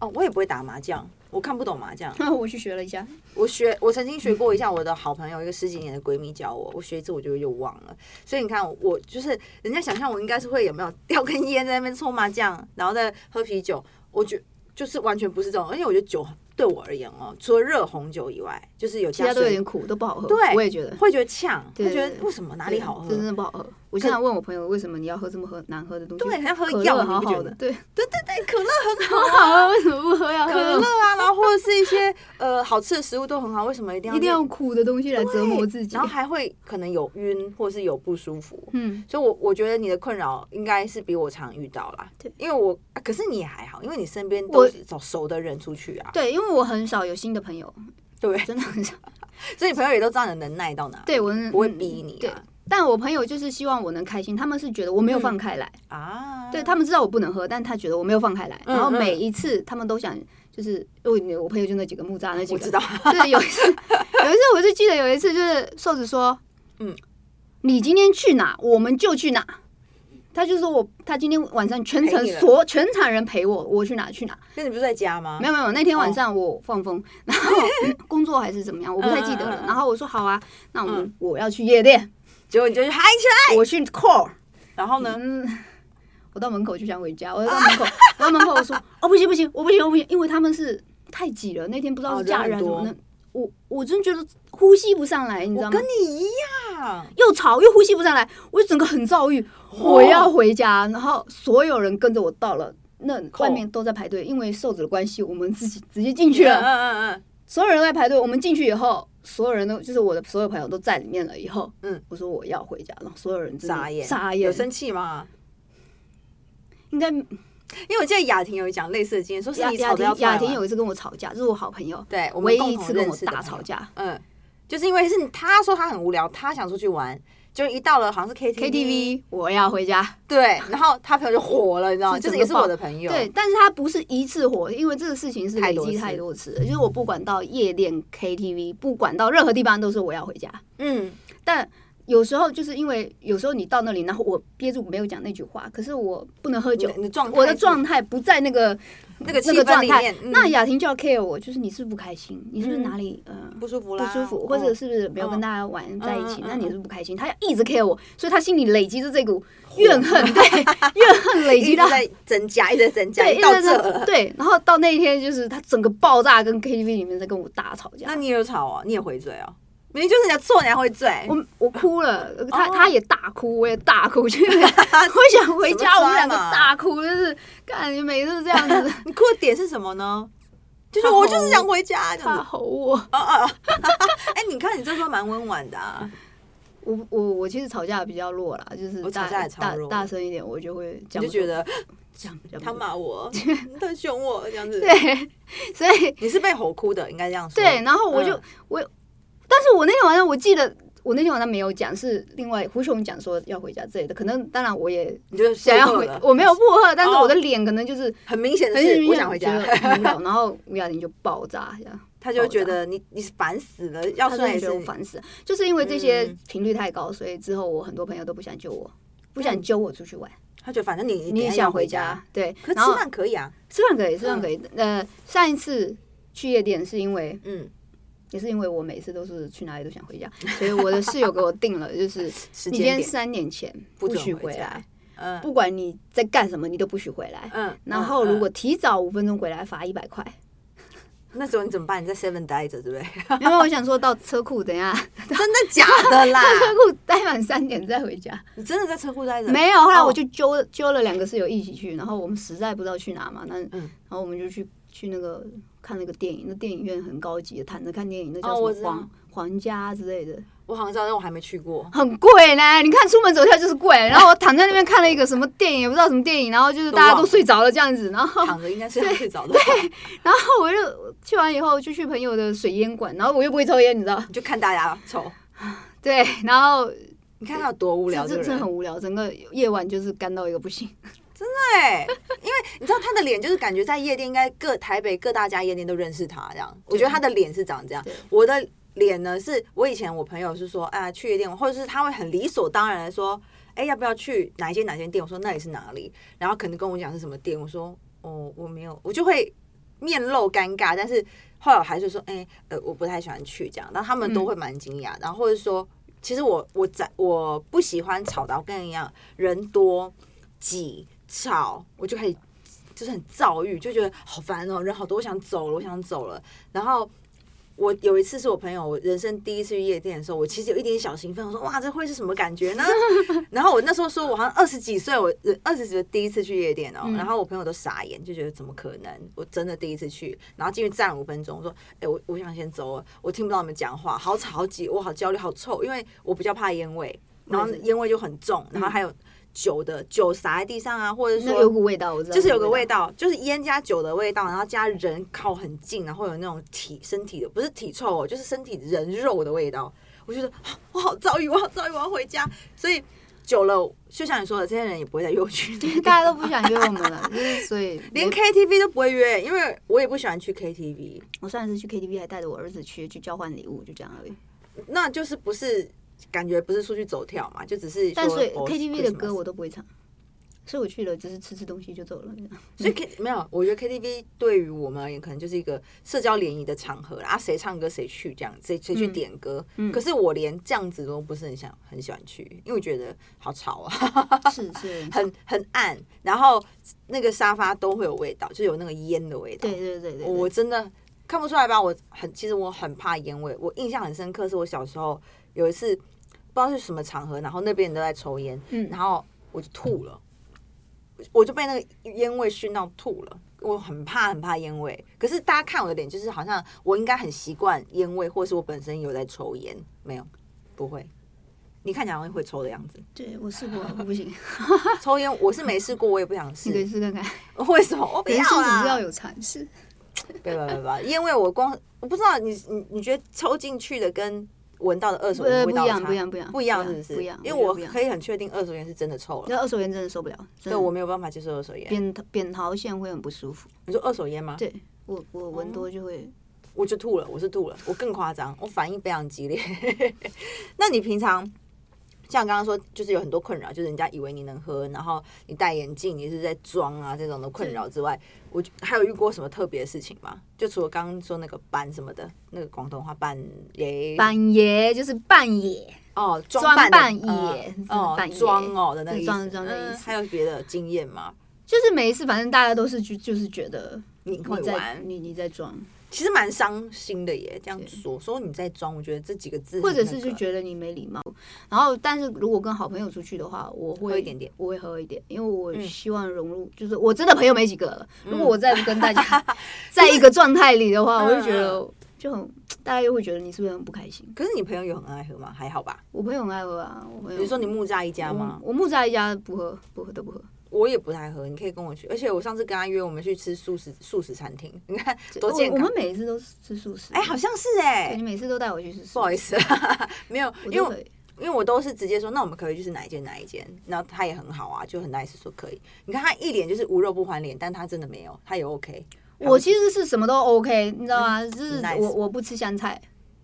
哦，我也不会打麻将，我看不懂麻将。 我去学了一下，我学，我曾经学过一嗯下，我的好朋友一个十几年的闺蜜教我，我学一次我就又忘了。所以你看，我就是人家想象我应该是会有没有 叼根烟在那边搓麻将，然后再喝啤酒，我觉就是完全不是这种。而且我觉得酒对我而言哦，除了热红酒以外，就是有其他加都有水点苦，都不好喝。对我也觉得。会觉得呛，对会觉对得对为什么哪里好喝？真的不好喝。我经常问我朋友，为什么你要喝这么喝难喝的东西？对，很像喝可药，乐你好不觉好得的，？对，对对对，可乐很好啊好好喝，啊为什么不喝要喝可乐啊，然后或者是一些呃好吃的食物都很好，为什么一定要一定要用苦的东西来折磨自己然？后还会可能有晕或是有不舒服，嗯，所以我我觉得你的困扰应该是比我常遇到啦。对，因为我啊可是你也还好，因为你身边都我是找熟的人出去啊。对，因为我很少有新的朋友，对，真的很少。所以你朋友也都知道你的能耐到哪，对，我能嗯不会逼你对啊，但我朋友就是希望我能开心，他们是觉得我没有放开来，啊，对他们知道我不能喝，但他觉得我没有放开来，嗯然后嗯每一次他们都想就是我我朋友就那几个木栅那几我个，知道，啊就是有一次， 有一次我就记得有一次就是瘦子说，嗯嗯，你今天去哪我们就去哪。他就说我，他今天晚上全陪程你了所全场人陪我，我去哪去哪。那你不是在家吗？没有，有没有，那天晚哦上我放风，然后工作还是怎么样，我不太记得 嗯嗯了嗯。然后我说好啊，那我们嗯哎我要去夜店，结果你就去嗨起来，我去 call。然后呢？嗯，我到门口就想回家，我到门 口，我到门口我说哦不行不行，我不行我不行，因为他们是太挤了，那天不知道哦是假日人很还是什多么的，我我真觉得呼吸不上嗯来，你知我道吗跟？你一样，又吵又呼吸不上来，我就整个很躁郁，哦我要回家，然后所有人跟着我到了。那外面都在排队，因为瘦子的关系，我们自己直接进去了 嗯。嗯嗯所有人都在排队。我们进去以后，所有人都就是我的所有朋友都在里面了。以后，嗯，我说我要回家，然后所有人嗯，真的傻眼，傻有眼，生气吗？应该因为我记得雅婷有讲类似的经验，说是雅你雅吵着要婷出来雅婷玩，有一次跟我吵架，这是我好朋友，对，我们唯共一一同次跟认我识的大朋友吵，架。嗯，就是因为是他说他很无聊，他想出去玩，就一到了好像是 KTV，, KTV 我要回家，对，然后他朋友就火了，你知道吗？是就整是个也是爆我的朋友，对，，但是他不是一次火，因为这个事情是太累多积次太多次了，就是我不管到夜店、KTV，不管到任何地方都是我要回家，嗯，但。有时候就是因为有时候你到那里，然后我憋住没有讲那句话，可是我不能喝酒你，你的状态我的是状态不在那个那个气那个氛状里态面，，那嗯雅婷就要 care 我，就是你是不是不开心，你是不是嗯哪里呃不舒服不啦，舒服，或者是不是没有嗯跟大家玩在一嗯起嗯，那嗯你是不是不开心？他要一直 care 我，所以他心里累积着这股怨恨， 对，怨恨累已积经到。在增加，一直在增加，对，已一经直到在这了。对，然后到那一天就是他整个爆炸，跟 KTV 里面在跟我大吵架。那你也有吵哦，你也回嘴哦，明明就是人家错，人家会醉，我我哭了，他哦他也大哭，我也大哭，就 是我想回什家，么我们两个 drama 大哭，就是干你每次这样 子，你哭的点是什么呢？就是我就是想回家这样他子。吼我。哎，你看你这时候蛮温婉的啊，我我我其实吵架比较弱啦，就是我吵大架也超大弱大声一点，我就会你讲就不出，觉得讲讲不他出骂 我，他凶我这样子。对，啊 所以你是被吼哭的，应该这样说。对，，然后我就、嗯我，但是我那天晚上我记得我那天晚上没有讲，是另外胡雄讲说要回家之类的，可能当然我也你就想要附和回了，我没有附和，但是哦我的脸可能就是很明显的很是我想回家觉，得嗯很恼然后吴雅玲就爆炸这样。 他就会觉得你你烦死了，要他说也真的觉是得我烦死了，就是因为这些嗯频率太高，所以之后我很多朋友都不想揪我，不想揪我出去玩。他觉得反正你你等一也下想要回回家，，对。可是然吃后饭可以啊，吃饭可以，吃饭可以。呃，上一次去夜店是因为嗯，也是因为我每次都是去哪里都想回家， 所以我的室友给我定了，就是时你今间天点，三点前不不准许回回家来，嗯不管你在干什么，你都不许回来。嗯，然嗯后如嗯果提早五分钟回来，罚一百块。那时候你怎么办？你在 Seven 待着，对不 对？因为我想说到车库，等一下 真的假的啦？车库待满三点再回家。你真的在车库待着？没有，后来哦我就揪揪了两个室友一起去，然后我们实在不知道去哪嘛，那嗯然后我们就去去那个看那个电影，那电影院很高级的，躺着看电影，那叫哦什我么知道皇皇家之类的，我好像知道，但我还没去过。很贵呢。你看出门走跳就是贵，然后我躺在那边看了一个什么电影，也不知道什么电影，然后就是大家都睡着了这样子，然后躺着应该是要睡着的吧，然后我就去完以后就去朋友的水烟馆，然后我又不会抽烟，你知道？你就看大家抽。对，然后你看他有多无聊，这这个这这很人。无聊，整 个夜晚就是干到一个不行。对，因为你知道他的脸，就是感觉在夜店，应该各台北各大家夜店都认识他这样。我觉得他的脸是长这样对，我的脸呢，是我以前我朋友是说，啊，去夜店，或者是他会很理所当然的说，哎，要不要去哪一间哪间店？我说那里是哪里，然后可能跟我讲是什么店，我说哦，我没有，我就会面露尴尬，但是后来我还是说，哎、呃，我不太喜欢去这样，然后他们嗯都会蛮惊讶，然后或者说，其实我我在我不喜欢吵到跟人一样，人多挤吵，我就可以就是很躁郁，就觉得好烦哦，人好多，我想走了，我想走了，然后。我有一次是我朋友，我人生第一次去夜店的时候，我其实有一点小兴奋，我说哇，这会是什么感 觉呢？然后我那时候说，我好像二十几岁，我人二十几岁第一次去夜店哦、嗯然后我朋友都傻眼，就觉得怎么可能？我真的第一次去，然后进去站了五分钟，我说，哎、我我想先走了，我听不到你们讲话，好吵好挤，我好焦虑，好臭，因为我比较怕烟味，然后我也是烟味就很重，然后还有酒的酒洒在地上啊，或者那有说股味道，我知道，就是有个味味道。道，就是烟加酒的味道，然后加人靠很近，然后有那种体身体的，不是体臭哦，就是身体人肉的味道。我觉得啊我好遭遇，我好遭遇，我要回家。所以久了，就像你说的，这些人也不会再约我去那个 地方，大家都不想约我们了，就是所 以连没 KTV 都不会约，因为我也不喜欢去 KTV。我上一次去 KTV 还带着我儿子去去交换礼物，就这样而 已。那就是不是感觉不是出去走跳嘛，就只是说但所以哦 KTV 的歌 Christmas 我都不会唱，所以我去了只是吃吃东西就走了。 所以 K 没有，我觉得 KTV 对于我们而言，可能就是一个社交联谊的场合啦啊，谁唱歌谁去这样，谁谁去嗯点歌。嗯可是我连这样子都不是很想很喜欢去，因为我觉得好吵啊， 是是，很很暗，然后那个沙发都会有味道，就有那个烟的味道。对对对对对，我真的看不出来吧？我很其实我很怕烟味，我印象很深刻，是我小时候有一次不知道是什么场合，然后那边人都在抽烟，嗯然后我就吐了，我就被那个烟味熏到吐了。我很怕很怕烟味，可是大家看我的脸，就是好像我应该很习惯烟味，或是我本身有在抽烟，没有，不会。你看起来好像会抽的样子，对我试过，我 不行，抽烟我是没试过，我也不想试你可。以试看看。为什 么？我不要人生总是啦要有尝试。不要不要不要，因为我光我不知道你你你觉得抽进去的跟闻到的二手烟呃，味不道一样，差不一样，不一样，不一样是不是？不一样，因为觉得我不一样可以很确定二手烟是真的臭了，那二手烟真的受不了，真对的我没有办法接受二手烟。扁扁桃腺会很不舒服。你说哦二手烟吗？对我我闻多就会，我就吐了，我是吐了，我更夸张，我反应非常激烈。 那你平常像刚刚说，就是有很多困扰，就是人家以为你能喝，然后你戴眼镜，你是在装啊这种的困扰之外，我就还有遇过什么特别的事情吗？就除了刚刚说那个斑什么的，那个广东话斑耶半夜就是半夜，哦，装扮扮的呃野哦扮，野装哦的那个意对思，装装的嗯意思还有别的经验吗？就是每一次反正大家都是就就是觉得你你会在玩，你你在装，其实蛮伤心的耶。这样对说说你在装，我觉得这几个字很或者那是个就觉得你没礼貌。然后，但是如果跟好朋友出去的话，我会喝一点点，我会喝一点，因为我嗯希望融入，就是我真的朋友没几个了。如果我 再不跟大家在一个状态里的话，嗯我就觉得就很，大家又会觉得你是不是很不开心？可是你朋友有很爱喝吗？还好吧。我朋友很爱喝啊，我朋友嗯比如说你木栅一家吗？我我木栅一家不喝，不喝都不喝。我也不太喝，你可以跟我去。而且我上次跟他约，我们去吃素食素食餐厅，你看多健我我康们。每一次都是吃素食，哎，好像是对哎你，每次都带我去吃素食，不好意思，啊 没有，我因为都我可以。因为我都是直接说，那我们可以去吃哪一间哪一间，然后他也很好啊，就很 nice 说可以。你看他一脸就是无肉不欢脸，但他真的没有，他也 OK。我其实是什么都 OK，你知道吗？就是嗯，nice 我我不吃香菜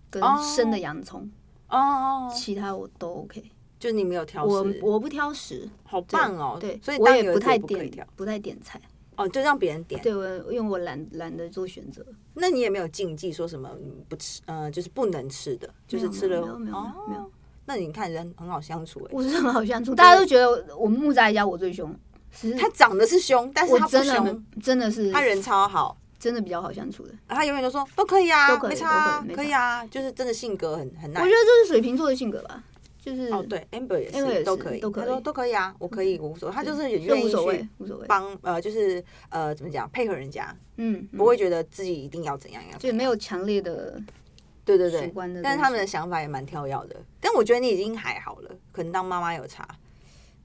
跟哦生的洋葱，哦哦，其他我都 OK。就是你没有挑我食，我不挑食，好对棒哦。对，所以我当也有不一次太也不可以点挑，不太点菜。哦，就让别人点。对我，因为我懒懒得做选择，那你也没有禁忌说什么嗯不吃，呃，就是不能吃的，就是吃了没有没有没有没有没有哦。那你看人很好相处哎、我是很好 相处，大家都觉得我木在一家我最凶，是他长得是凶，但是我他不真的凶，真的是他人啊超好，真的比较好相处的。他永远都说都可以啊，都可以没差啊都可以，没差可以啊，就是真的性格很很我 nice 觉得。这是水瓶座的性格吧，就是哦，，对，Amber 也 Amber 也是，是都可以，都可以他说都可以啊，我可以，我无所谓，他就是也所愿以无意所去谓无所谓，帮，呃，就是呃，怎么讲，配合人家，嗯，不会嗯觉得自己一定要怎样样，就没有强烈的对对主对，观的东西，但是他们的想法也蛮跳跃的，但我觉得你已经还好了，可能当妈妈有差。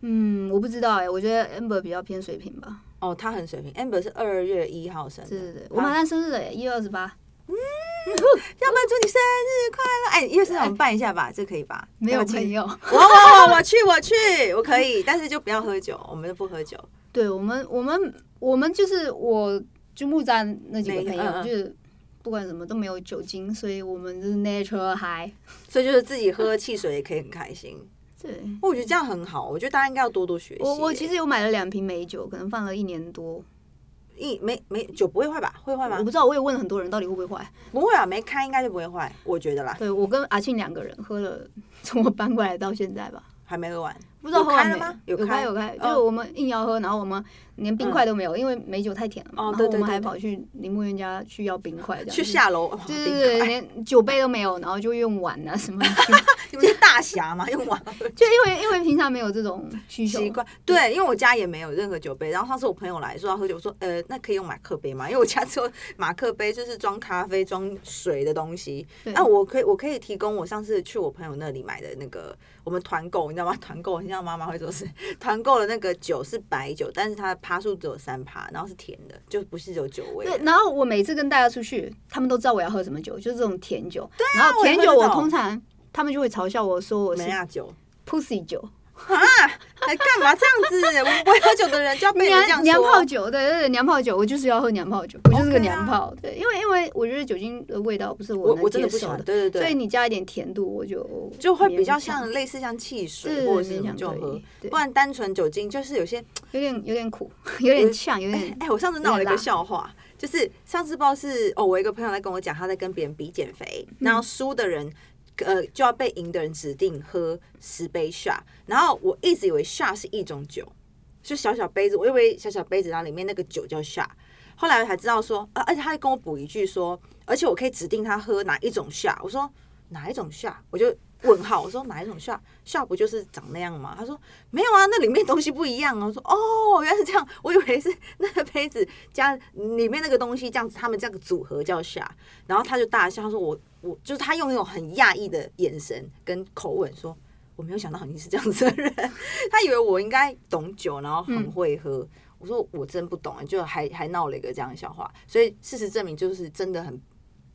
嗯，我不知道哎、我觉得 Amber 比较偏水平吧。哦，他很水平，Amber 是二月一号生的，对对对，啊我马上生日了、欸，一月二十八，要不要祝你生日快乐？哎，一月三号我们办一下吧，这可以吧？没要有不要朋请哦友。我我我我去我去，我可以，但是就不要喝酒，我们就不喝酒。对我们，我们，我们就是我，就木栅那几个那个朋友，嗯嗯就是不管什么都没有酒精，所以我们就是 natural high。所以就是自己喝汽水也可以很开心，对，我觉得这样很好。我觉得大家应该要多多学习耶。我我其实有买了两瓶美酒，可能放了一年多，一没没酒不会坏吧？会坏吗我不？知道，我也问很多人到底会不会坏。不会啊，没开应该就不会坏，我觉得啦。对我跟阿庆两个人喝了，从我搬过来到现在吧，还没喝完，不知道有喝完开了没吗有有开有开，嗯就我们硬要喝，然后我们连冰块都没有，因为美酒太甜了哦嘛。然后对我对们对还对跑去林木渊家去要冰块，这样去子。下楼。哦哇对冰对块对，连酒杯都没有，然后就用碗啊什么的去，你们是大侠吗？用完就因为因为平常没有这种需求，习惯。对，因为我家也没有任何酒杯。然后上次我朋友来说要喝酒，我说呃，那可以用马克杯吗？因为我家只 有马克杯，就是装咖啡、装水的东西。对那我可以，我可以提供我上次去我朋友那里买的那个我们团购，你知道吗？团购很像到妈妈会做事。团购的那个酒是白酒，但是它的趴数只有三趴，然后是甜的，就不是有酒味对，的。然后我每次跟大家出去，他们都知道我要喝什么酒，就是这种甜酒。对、然后啊我也甜喝酒这我种通常他们就会嘲笑我说我是梅亚酒 pussy 酒，还干嘛这样子？我们不会喝酒的人就要被人这娘样娘说炮。酒，对对对，娘炮酒，我就是要喝娘炮酒，我就是个 OK 啊娘炮。对，因为因为我觉得酒精的味道不是我能我真接的不喜受欢，的，对对对，所以你加一点甜度，我就就会比较勉强像类似像汽对水对或者是什勉么强就可以喝，对不然单纯酒精就是有些有点有点苦， 有点呛，有哎、点哎我上次闹了一有点辣个笑话，就是上次不知道是哦，我一个朋友在跟我讲，他在跟别人比减肥，嗯然后输的人。呃，就要被赢的人指定喝十杯 shot，然后我一直以为 shot 是一种酒，就小小杯子，我以为小小杯子，然后里面那个酒叫 shot，后来我才知道说，啊，而且他还跟我补一句说，而且我可以指定他喝哪一种 shot，我说哪一种 shot，我就问号，我说哪一种 shot，shot 不就是长那样吗？他说没有啊，那里面东西不一样啊。我说哦，原来是这样， 我以为是那个杯子加里面那个东西这样子，他们这个组合叫下。然后他就大笑，他说我我就是他用那种很讶异的眼神跟口吻说，我没有想到你是这样子的人， 他以为我应该懂酒，然后很会喝。我说我真不懂、啊就还还闹了一个这样的笑话，所以事实证明就是真的很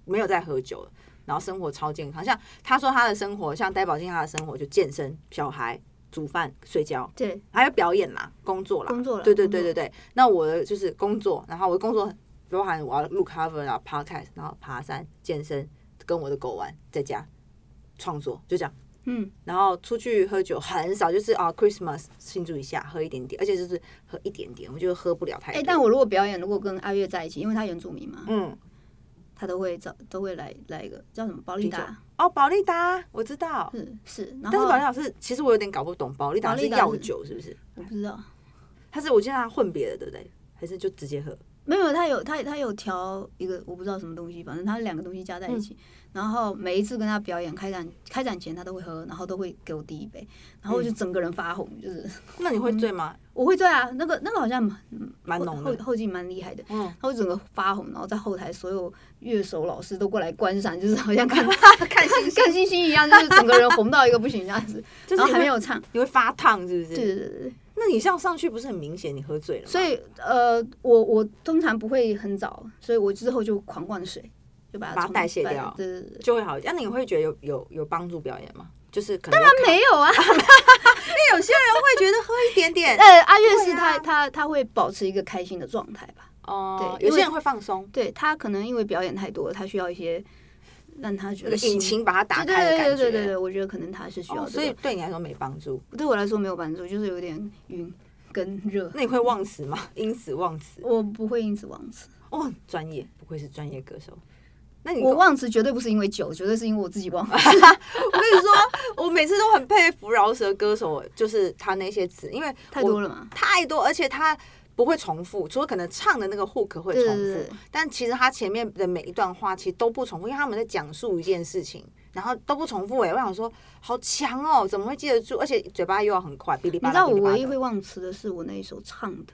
没有在喝酒了，然后生活超健康。像他说他的生活，像戴宝金他的生活就健身、小孩、煮饭、睡觉，对还有表演啦、工作啦，工作啦对对对工对作对。那我的就是工作，然后我的工作包含我要录 cover 啊、podcast，然后爬山、健身，跟我的狗玩，在家创作，就这样。嗯，然后出去喝酒很少，就是啊，Christmas 庆祝一下，喝一点点，而且就是喝一点点，我就喝不了太哎、多。但我如果表演，如果跟阿月在一起，因为他原住民嘛，嗯，他都会找都会来来一个叫什么保利啤酒达，哦，宝利达我知道，是嗯是，然但是后宝利达是，其实我有点搞不懂，宝利达宝是利达药是酒是不是？我不知道，它是我记得它混别的，对不对？还是就直接喝？没有他有他他有调一个我不知道什么东西，反正他两个东西加在嗯一起，然后每一次跟他表演开展开展前他都会喝，然后都会给我第一杯，然后嗯我就整个人发红，就是那你会醉吗？我会醉啊，那个那个好像蛮蛮后浓后的，后劲蛮厉害的。嗯，然后整个发红，然后在后台所有乐手老师都过来观赏，就是好像看 看星星，看星星一样，就是整个人红到一个不行这样子，就然是后你还没会有唱，你会发烫是不是？对对对对，那你这样上去不是很明显你喝醉了吗？所以呃，我我通常不会很早，所以我之后就狂灌水，就把它把它冲代谢把它掉对对对，就会好一点。那你会觉得有有有帮助表演吗？就是可能当他没有啊，有些人会觉得喝一点点，呃，阿月会是啊他他他会保持一个开心的状态吧，哦，对因为有些人会放松，对他可能因为表演太多了，他需要一些让他觉那得个引心擎把它打对开的感觉。对对对对对，我觉得可能他是需要哦，这所以个对你来说没帮助，对我来说没有帮助，就是有点晕跟热。那你会忘词吗？因此忘词，我不会因此忘词，哦，专业，不愧是专业歌手。那你我跟忘词绝对不是因为酒，绝对是因为我自己 忘了。我跟你说，我每次都很佩服饶舌歌手，就是他那些词，因为太我多了嘛。太多，而且他不会重复，除了可能唱的那个 hook 会对重对复，对对但其实他前面的每一段话其实都不重复，因为他们在讲述一件事情，然后都不重复、欸。我想说，好强哦，怎么会记得住？而且嘴巴又要很快，哔哩你吧知啦。道我哔哩吧啦唯一会忘词的是我那一首唱的，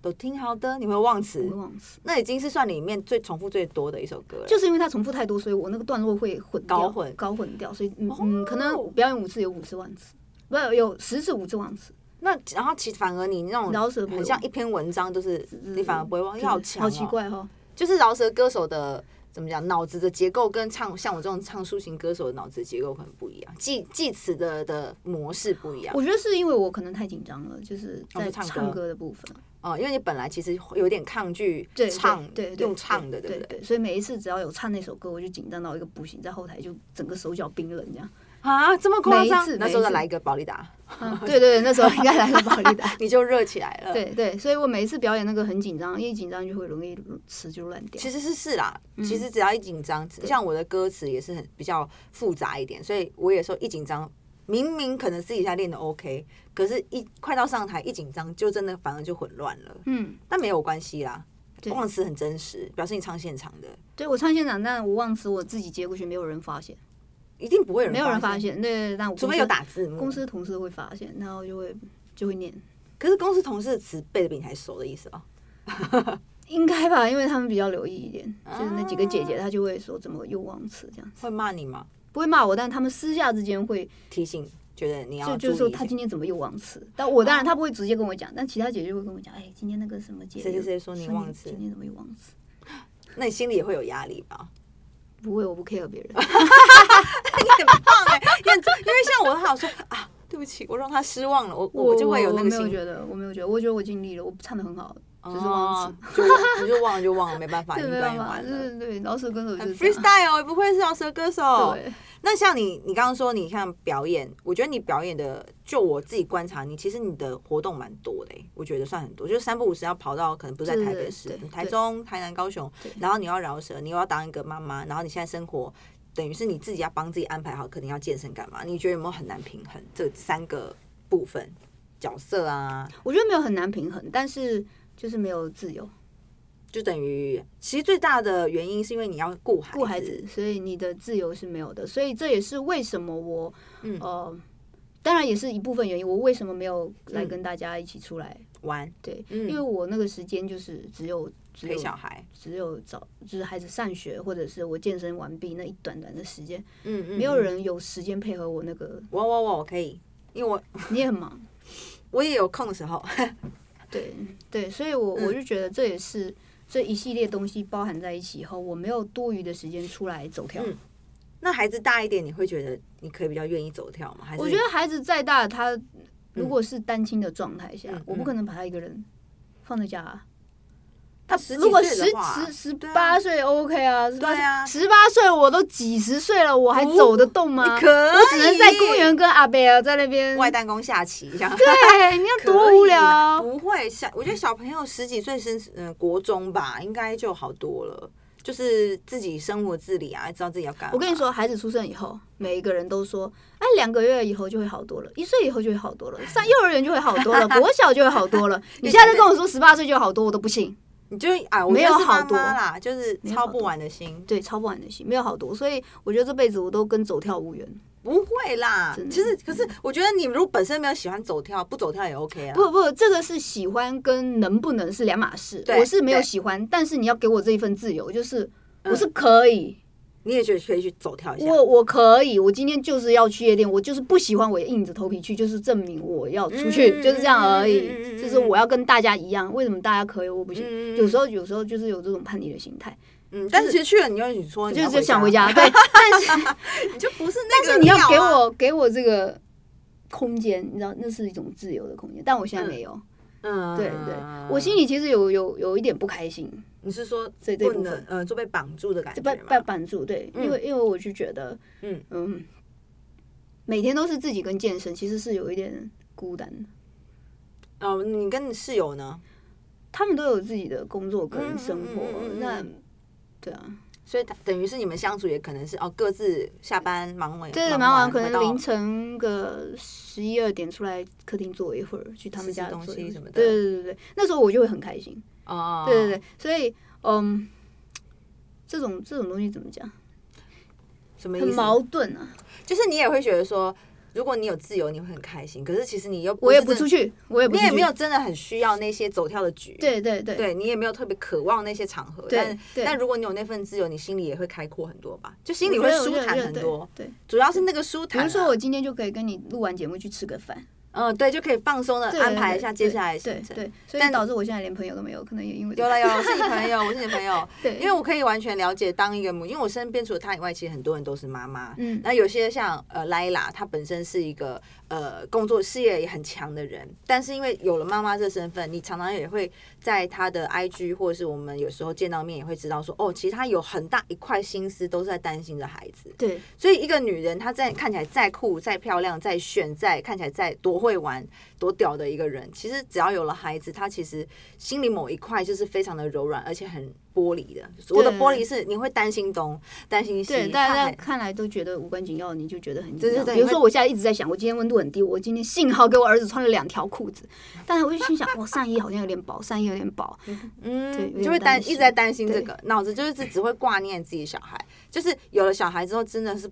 都听好的，你会忘词我，会忘词，那已经是算里面最重复最多的一首歌了。就是因为它重复太多，所以我那个段落会混掉搞混搞混掉，所以嗯哦嗯，可能表演五次有五次忘词，不有十次五次忘词，那然后其反而你那种饶舌不会很像一篇文章，就是你反而不会忘，就因是为好强、哦，好奇。怪哈。就是饶舌歌手的怎么讲，脑子的结构跟唱像我这种唱抒情歌手的脑子结构可能不一样，记记词的的模式不一样我觉得是因为我可能太紧张了，就是哦在就唱歌唱歌的部分，哦、因为你本来其实有点抗拒对对唱，对对用唱的，对对不对？对？所以每一次只要有唱那首歌，我就紧张到一个不行，在后台就整个手脚冰冷 这样。啊，这么夸每一张！次那时候每一次再来一个保利达，嗯对对对，那时候应该来个保利 达。你就热起来了。，对对，所以我每一次表演那个很紧张，一紧张就会容易词就乱掉。其实是是啦，嗯其实只要一紧张，像我的歌词也是很比较复杂一点，所以我有时候一紧张。明明可能私底下练的 OK，可是一快到上台一紧张，就真的反而就混乱了。嗯，但没有关系啦，对忘词很真实，表示你唱现场的，对我唱现场，但我忘词，我自己接过去，没有人发现，一定不会有人没有人发现，现。对对，对但我除公非司有打字幕。公司同事会发现，然后就会就会念，可是公司同事的词背的比你还熟的意思哦。应该吧，因为他们比较留意一点，就是那几个姐姐，啊她就会说怎么又忘词这样子，会骂你吗？不会骂我，但他们私下之间会提醒觉得你要就注就意是说一哦他点。今天怎么又忘词？但我当然他不会直接跟我讲，但其他姐姐会跟我讲，哎，今天那个什么姐谁谁谁说你你忘词今天怎么又忘词？那你心里也会有压力吧？ 不会，我不 care 别人。你很棒哎、因为 因为像我好说啊，对不起，我让他失望了，我 我就会有那个我没有心，觉得，我没有觉得，我觉得我尽力了，我唱的很好，就是忘哦词。，就忘， 你就忘了就忘了，没办法，已 经对，没表办演法，完就了。是对老手跟手就很是这样。 freestyle，也不愧是饶舌歌手。对，那像你，你刚刚说你看表演，我觉得你表演的，就我自己观察你，其实你的活动蛮多的、欸，我觉得算很多，就是三不五时要跑到可能不在对台北市对、对台中、台南、高雄对，然后你要饶舌，你又要当一个妈妈，然后你现在生活等于是你自己要帮自己安排好，可能要健身干嘛？你觉得有没有很难平衡这三个部分角色啊？我觉得没有很难平衡，但是就是没有自由，就等于其实最大的原因是因为你要顾孩顾孩子，所以你的自由是没有的，所以这也是为什么我，嗯呃，当然也是一部分原因，我为什么没有来嗯跟大家一起出来？玩对，嗯因为我那个时间就是只有只陪有小孩，只有早就是孩子上学，或者是我健身完毕那一短短的时间，嗯嗯，没有嗯，人有时间配合我 那个，我我我我可以，因为我你也很忙，我也有空的时候。对对，所以我嗯我就觉得这也是这一系列东西包含在一起以后，我没有多余的时间出来走跳。嗯那孩子大一点，你会觉得你可以比较愿意走跳吗？还是我觉得孩子再大，他如果是单亲的状态下，嗯我不可能把他一个人放在家、啊。他十几如果岁十的话十十对啊八岁 OK 啊，十对啊八十八岁我都几十岁了，我还不走得动吗？你可我只能在以公园跟阿贝尔在那边外弹弓下棋这样。 对，你看可多无以聊啦啊。不会小，我觉得小朋友十几岁升嗯国中吧，应该就好多了，就是自己生活自理啊，知道自己要干嘛。我跟你，说，孩子出生以后，每一个人都说，哎，两个月以后就会好多了，一岁以后就会好多了，上幼儿园就会好 多了，国小就会好多了。你现在就跟我说十八岁就会好多，我都不信。你就啊，我没有觉得是妈好多妈啦，就是没有操好不多完的心。对，超不完的心，没有好多，所以我觉得这辈子我都跟走跳无缘。不会啦，真的其实可是我觉得你如果本身没有喜欢走跳，不走跳也 OK 啊。不不，这个是喜欢跟能不能是两码事。对我是没有对喜欢，但是你要给我这一份自由，就是嗯我是可以，你也觉得可以去走跳一下。我我可以，我今天就是要去夜店，我就是不喜欢，我也硬着头皮去，就是证明我要出去，嗯 就是这样而已。嗯嗯嗯嗯就是我要跟大家一样，为什么大家可以我不行？嗯嗯嗯有时候有时候就是有这种叛逆的心态，嗯，但是其实去了，你又你说我你就要是想 回，家。对，但是你就不是那但个、啊是你要给，我给我这个空间，你知道那是一种自由的空间，但我现在没有。嗯，对对，我心里其实有有有一点不开心，你是说这这不部能分呃，就被绑住的感觉被吗被绑住，对，因为因为我就觉得，嗯嗯嗯，每天都是自己跟健身，其实是有一点孤单的。哦，你跟你室友呢？他们都有自己的工作跟生活，嗯嗯嗯嗯嗯那对啊，所以他等于是你们相处也可能是哦，各自下班忙完，对，忙忙完完可回能到凌晨个十一二点出来客厅坐一会儿，去他们吃吃家东坐一西会儿什么的对对对对，那时候我就会很开心。哦，对对对，所以嗯，这种这种东西怎么讲，什么意很思？矛盾啊。就是你也会觉得说，如果你有自由，你会很开心，可是其实你又我也是不真出，去，我也不你出也去没有。真的很需要那些走跳的局，对对对对你也没有特别渴望那些场合，对但对但如果你有那份自由，你心里也会开阔很多吧，就心我里觉会得舒我觉得坦对很多，对，对主要是那个舒比坦啊。如说我今天就可以跟你录完节目去吃个饭，嗯，对，就可以放松的对安排一下对接下来的对行程。对，所但以导致我现在连朋友都没有，可能也因为这有个了有了，我是你朋友，我是你朋友， 对，因为我可以完全了解当一个母，因为我身边除了她以外，其实很多人都是妈妈。嗯那有些像呃 Lila，她本身是一个呃工作事业也很强的人，但是因为有了妈妈这身份，你常常也会在她的 IG 或者是我们有时候见到面也会知道说，哦，其实她有很大一块心思都是在担心着孩子。对所以一个女人，她再看起来再酷、再漂亮、再炫、再看起来再多会玩、多屌的一个人，其实只要有了孩子，她其实心里某一块就是非常的柔软，而且很玻璃的。我的玻璃是你会担心东，担心西，对，她大家还看来都觉得无关紧要，你就觉得很对紧张对对比如会说，我现在一直在想，我今天温度很低，我今天幸好给我儿子穿了两条裤子，但是我就心想，哇，上衣好像有点薄，上衣有点薄，对 嗯，有你就点会担担一心直在担心这对个，脑子就是只会挂念自己小孩。就是有了小孩之后，真的是。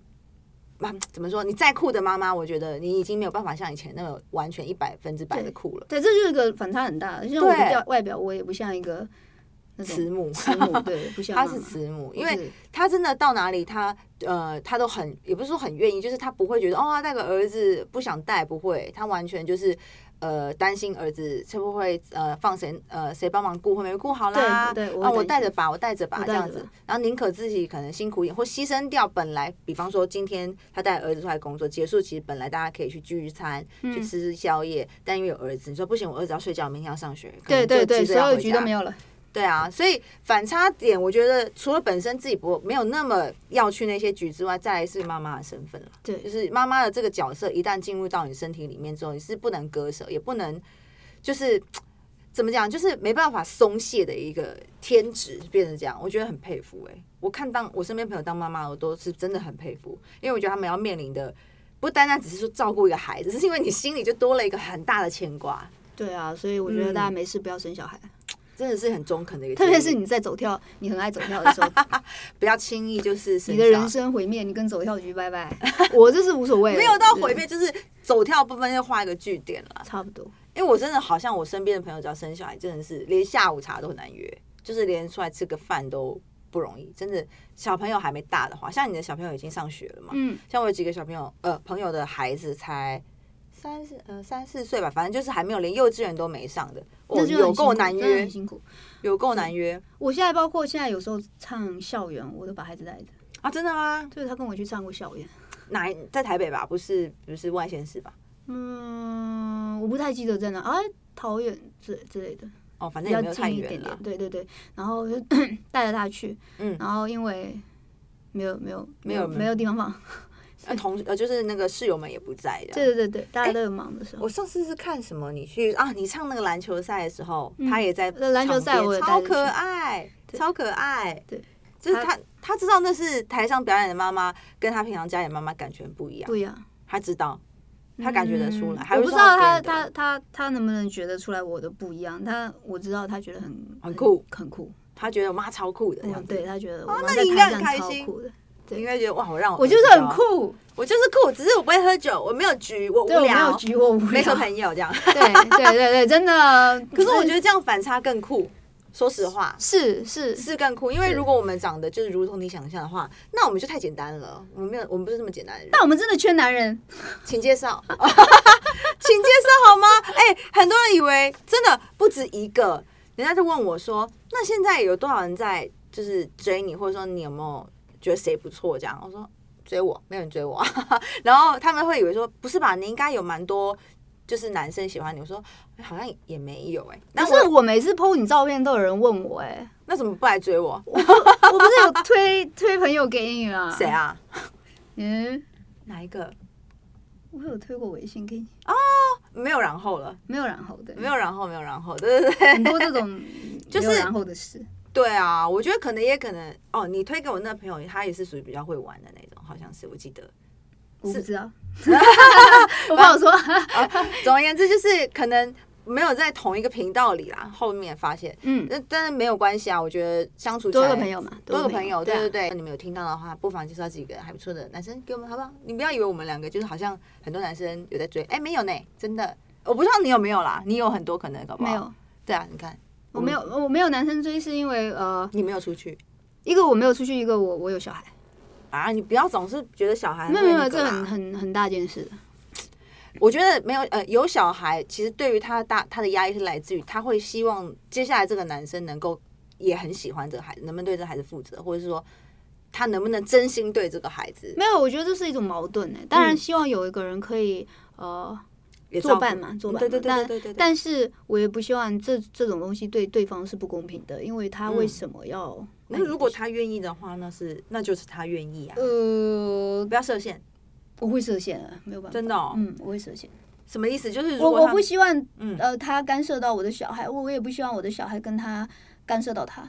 妈，怎么说？你再酷的妈妈，我觉得你已经没有办法像以前那么完全一百分之百的对酷了。对，这就是个反差很大的。像我对的外外表，我也不像一个那慈种母，慈母，对，不像她妈是妈慈母，我因为是他真的到哪里，他呃，他都很也不是说很愿意，就是他不会觉得哦，他带个儿子不想带，不会，他完全就是呃担心儿子会不会呃放谁呃谁帮忙顾会没顾好啦，对对我会啊我带担心着吧，我带着吧我这带样着子吧，然后宁可自己可能辛苦一点，或牺牲掉本来，比方说今天他带儿子出来工作，结束其实本来大家可以去聚餐、嗯去吃宵夜，但因为有儿子，你说不行，我儿子要睡觉，明天要上学，可能对对就对，急所着要有回局都家没有了。对啊，所以反差点，我觉得除了本身自己不没有那么要去那些局之外，再来是妈妈的身份了。对就是妈妈的这个角色一旦进入到你身体里面之后，你是不能割舍，也不能就是怎么讲，就是没办法松懈的一个天职，变成这样，我觉得很佩服哎、我看当我身边朋友当妈妈，我都是真的很佩服，因为我觉得他们要面临的不单单只是说照顾一个孩子， 只是因为你心里就多了一个很大的牵挂，对啊，所以我觉得大家没事不要生小 孩，真的是很中肯的一个建特议，别是你在走跳，你很爱走跳的 时候，不要轻易就是生你的小人生毁灭，你跟走跳局拜 拜。我这是无所谓的，没有到毁对，灭，就是走跳部分就画一个句点了。差不多。因为我真的好像我身边的朋友，只要生小孩，真的是连下午茶都很难约，就是连出来吃个饭都不容易。真的，小朋友还没大的话，像你的小朋友已经上学了嘛，嗯，像我有几个小朋友，呃，朋友的孩子才。三四呃三四岁吧，反正就是还没有连幼稚园都没上的，哦，那就有很够辛苦难真的约很，辛苦。有够难约我现在包括现在有时候唱校园，我都把孩子带着，啊！真的吗？就是他跟我去唱过校园。哪一在台北吧？不是不是外县市吧？嗯，我不太记得在哪啊，桃园之之类的，哦，反比正也没较有太近一远点了点。。对对对，然后 就带着他去，嗯然后因为没有没有没有人没有地方放，那同呃就是那个室友们也不在的。对对对对，大家都有忙的时候哎我。上次是看什么？你去啊？你唱那个篮球赛的时候，他也在呃篮球赛场边我也带超着去可爱，超可爱。对，就是他他，他知道那是台上表演的妈妈，跟他平常家里的妈妈感觉不一样不。一样，他知道，他感觉得出来。嗯还我会不知说道他别他人他的他他能不能觉得出来我的不一样，他我知道他觉得很很酷很酷，他觉得我妈超酷的这样嗯，子，对他觉得我哦妈那在你应该台很上开超心酷的，你应该觉得哇，我让我我就儿是子知很道，酷，我就是酷，只是我不会喝酒，我没有局，我无对我没有聊，局我无没什聊么，朋友这样。对对对对，真的。 可是我觉得这样反差更酷，说实话。是是是更酷，因为是如果我们长得就是如同你想象的话，那我们就太简单了。我们没有，我们不是那么简单的 人。但我们真的缺男人，请介绍， 请介绍好吗？哎、很多人以为真的不止一个，人家就问我说，那现在有多少人在就是追你，或者说你有没有觉得谁不错这样？我说追我，没有人追我， 然后他们会以为说不是吧，你应该有蛮多。就是男生喜欢你，我说好像也没有哎、但那是我我每次 PO 你照片都有人问我、哎，那怎么不来追我？我不是有推 推朋友给你吗？谁？啊？嗯，哪一个？我有推过微信给你，没有然后了，没有然后的，没有然后，没有然后，对对对，很多 这种就没是有然后的事。对啊，我觉得可能也可能哦，你推给我那个朋友，他也是属于比较会玩的那种，好像是我记得。我不 知道，我不好说。总而言之，就是可能没有在同一个频道里啦。后面发现，嗯，那但是没有关系啊，我觉得相处起多来个朋友嘛，多个个朋友，对啊对对。你们有听到的话，不妨介绍几个还不错的男生给我们，好不好？你不要以为我们两个就是好像很多男生有在追，哎，没有呢，真的，我不知道你有没有啦，你有很多可能，搞不好嗯没。有，对啊，你看，我没有，我没有男生追，是因为呃，你没有出去一个我没有出去，一个我我有小孩。啊，你不要总是觉得小孩没有会没有，那个啊这啦很很很大件事的。我觉得没有呃，有小孩，其实对于他的大他的压力是来自于他会希望接下来这个男生能够也很喜欢这个孩子，能不能对这个孩子负责，或者是说他能不能真心对这个孩子没有，我觉得这是一种矛盾呢。当然，嗯希望有一个人可以呃也照作顾伴嘛，作伴嘛。对对对对但对对对但是我也不希望这这种东西对对方是不公平的，因为他为什么要爱嗯那你不行？如果他愿意的话，那是那就是他愿意啊，呃，不要设限，我会设限啊，没有办法。真的哦嗯，我会设限。什么意思？就是如我果我他不希望嗯，呃他干涉到我的小孩，我我也不希望我的小孩跟他干涉到他，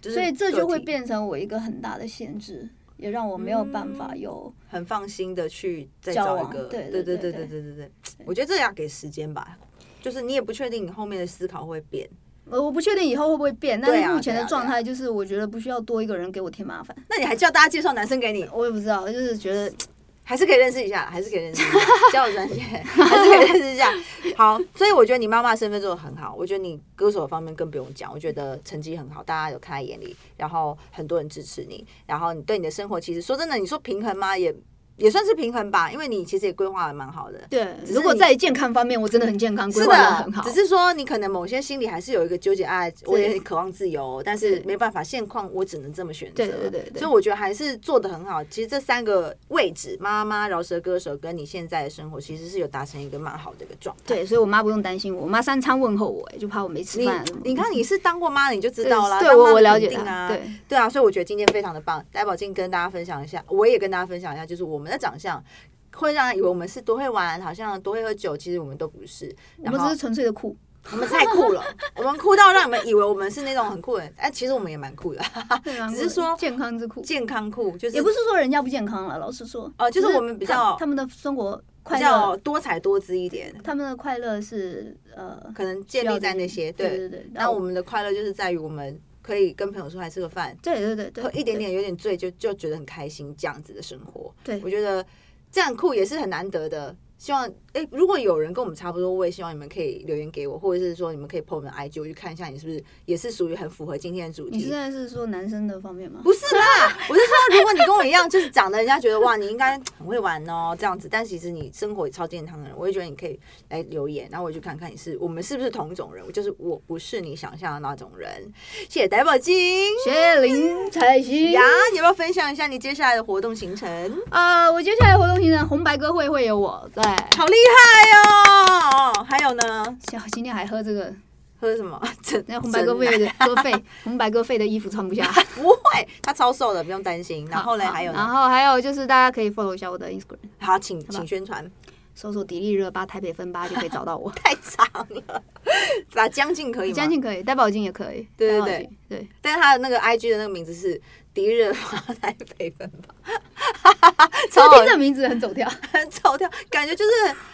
就是所以这就个会体变成我一个很大的限制，也让我没有办法嗯有。很放心的去再交找一往个，对对对对对对对对对对，我觉得这要给时间吧，就是你也不确定你后面的思考会变。呃，我不确定以后会不会变，但对是啊目前对的啊对状啊态就是，我觉得不需要多一个人给我添麻烦。那你还叫大家介绍男生给你，我也不知道，就是觉得还是可以认识一下，还是可以认识一下，交友专线还是可以认识一下。好，所以我觉得你妈妈的身份做的很好，我觉得你歌手方面更不用讲，我觉得成绩很好，大家有看在眼里，然后很多人支持你，然后你对你的生活其实说真的，你说平衡吗？也也算是平衡吧，因为你其实也规划的蛮好的。对，只是如果你在健康方面，我真的很健康，规是划得的很好，。只是说你可能某些心里还是有一个纠结，哎，我也很渴望自由，但是没办法，现况我只能这么选择。对对对对所以我觉得还是做的很好。其实这三个位置，妈妈、饶舌歌手跟你现在的生活，其实是有达成一个蛮好的一个状态。对，所以我妈不用担心我，我妈三餐问候我，哎就怕我没吃你饭啊什么的。你看你是当过妈的，你就知对道啦。对当妈我的我了肯解定啊，她，对，对啊，所以我觉得今天非常的棒。戴宝静跟大家分享一下，我也跟大家分享一下，就是我们的长相会让人以为我们是多会玩，好像多会喝酒，其实我们都不是。我然们后只是纯粹的酷。我们太酷 了，我们酷到让你们以为我们是那种很酷的人，哎，其实我们也蛮酷的， 对啊只是说健康之苦，健康酷，就是也不是说人家不健康了。老实说，哦就是只我们比他较他们的生活比快较乐，多彩多姿一点，他们的快乐是呃，可能建需立要在这那些些对对对对那我们的快乐就是在于我们可以跟朋友出来吃个饭，对对对对，喝一点对点有点醉就就觉得很开心，这样子的生活，对我觉得这样酷也是很难得的。希望哎、如果有人跟我们差不多，我也希望你们可以留言给我，或者是说你们可以 po 我们的 IG，我去看一下你是不是也是属于很符合今天的主你题现。在是说男生的方面吗？不是 啦，我是说，如果你跟我一样，就是长得人家觉得哇，你应该很会玩哦这样子，但其实你生活也超健康的人，我也觉得你可以来留言，然后我去看看你是我们是不是同一种人，就是我不是你想象的那种人。谢谢戴宝金谢谢林采欣呀，你要不要分享一下你接下来的活动行程？呃，我接下来活动行程红白歌会会有我，对，好厉害哦！还有呢，像今天还喝这个，喝什么？ 真那红白歌真会的歌费，红白歌费的衣服穿 不下。不会，他超瘦的，不用担心。然后嘞，好还有然呢？后还有就是大家可以 follow 一下我的 Instagram，好，请好请吧宣传，。搜索迪丽热巴台北分吧就可以找到我太长 了，把将近可以吗？将近可以，戴宝金也可以，对对戴宝对金对，但是他的那个 IG 的那个名字是迪热巴台北分 吧，这超个好听这名字很走调，很走调，感觉就是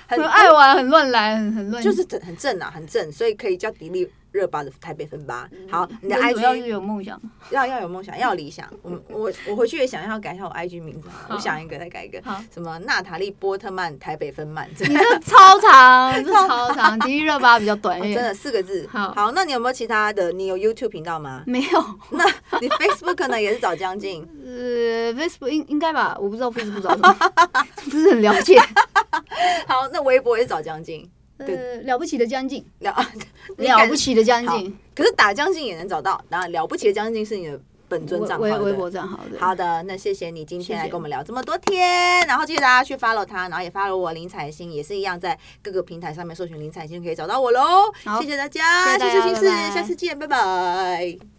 很 很爱玩，很乱来，很很乱，就是很很正啊，很正，所以可以叫迪丽热巴的台北分吧。嗯好，你的人总要 IG 有梦想嘛。要要有梦想，要有理想。我我我回去也想要改一下我 IG 名字好了，我好想一个再改一个好，哎什么娜塔莉波特曼台北分曼，这 你这超长，这超 长，迪丽热巴比较短一哦真点，的四个字。好好，那你有没有其他的？你有 YouTube 频道吗？ 没有。那你 Facebook 呢？也是找将近。呃，Facebook 应应该吧，我不知道 Facebook 找什么， 不是很了解。好，那微博也是找将近。 对呃，了不起的将近，了 你敢了不起的将好近，可是打将近也能找到，然后了不起的将近是你的本尊账号。微对微博账号对。好的，那谢谢你今天来谢谢跟我们聊这么多天，然后记得大家去 follow 他，然后也 follow 我林采欣，也是一样在各个平台上面搜寻林采欣就可以找到我喽。好谢谢大家，谢谢大谢谢家心事拜拜下次见，拜拜。